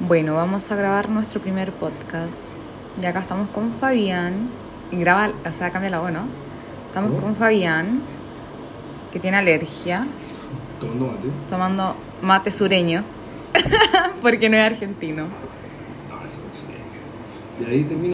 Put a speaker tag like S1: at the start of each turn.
S1: Bueno, vamos a grabar nuestro primer podcast. Y acá estamos con Fabián. Graba, o sea, cambia la voz, ¿no? Estamos
S2: ¿Cómo?
S1: con Fabián, que tiene alergia,
S2: Tomando mate.
S1: tomando mate sureño, porque no es argentino.
S2: No, eso no sé. Y ahí termina.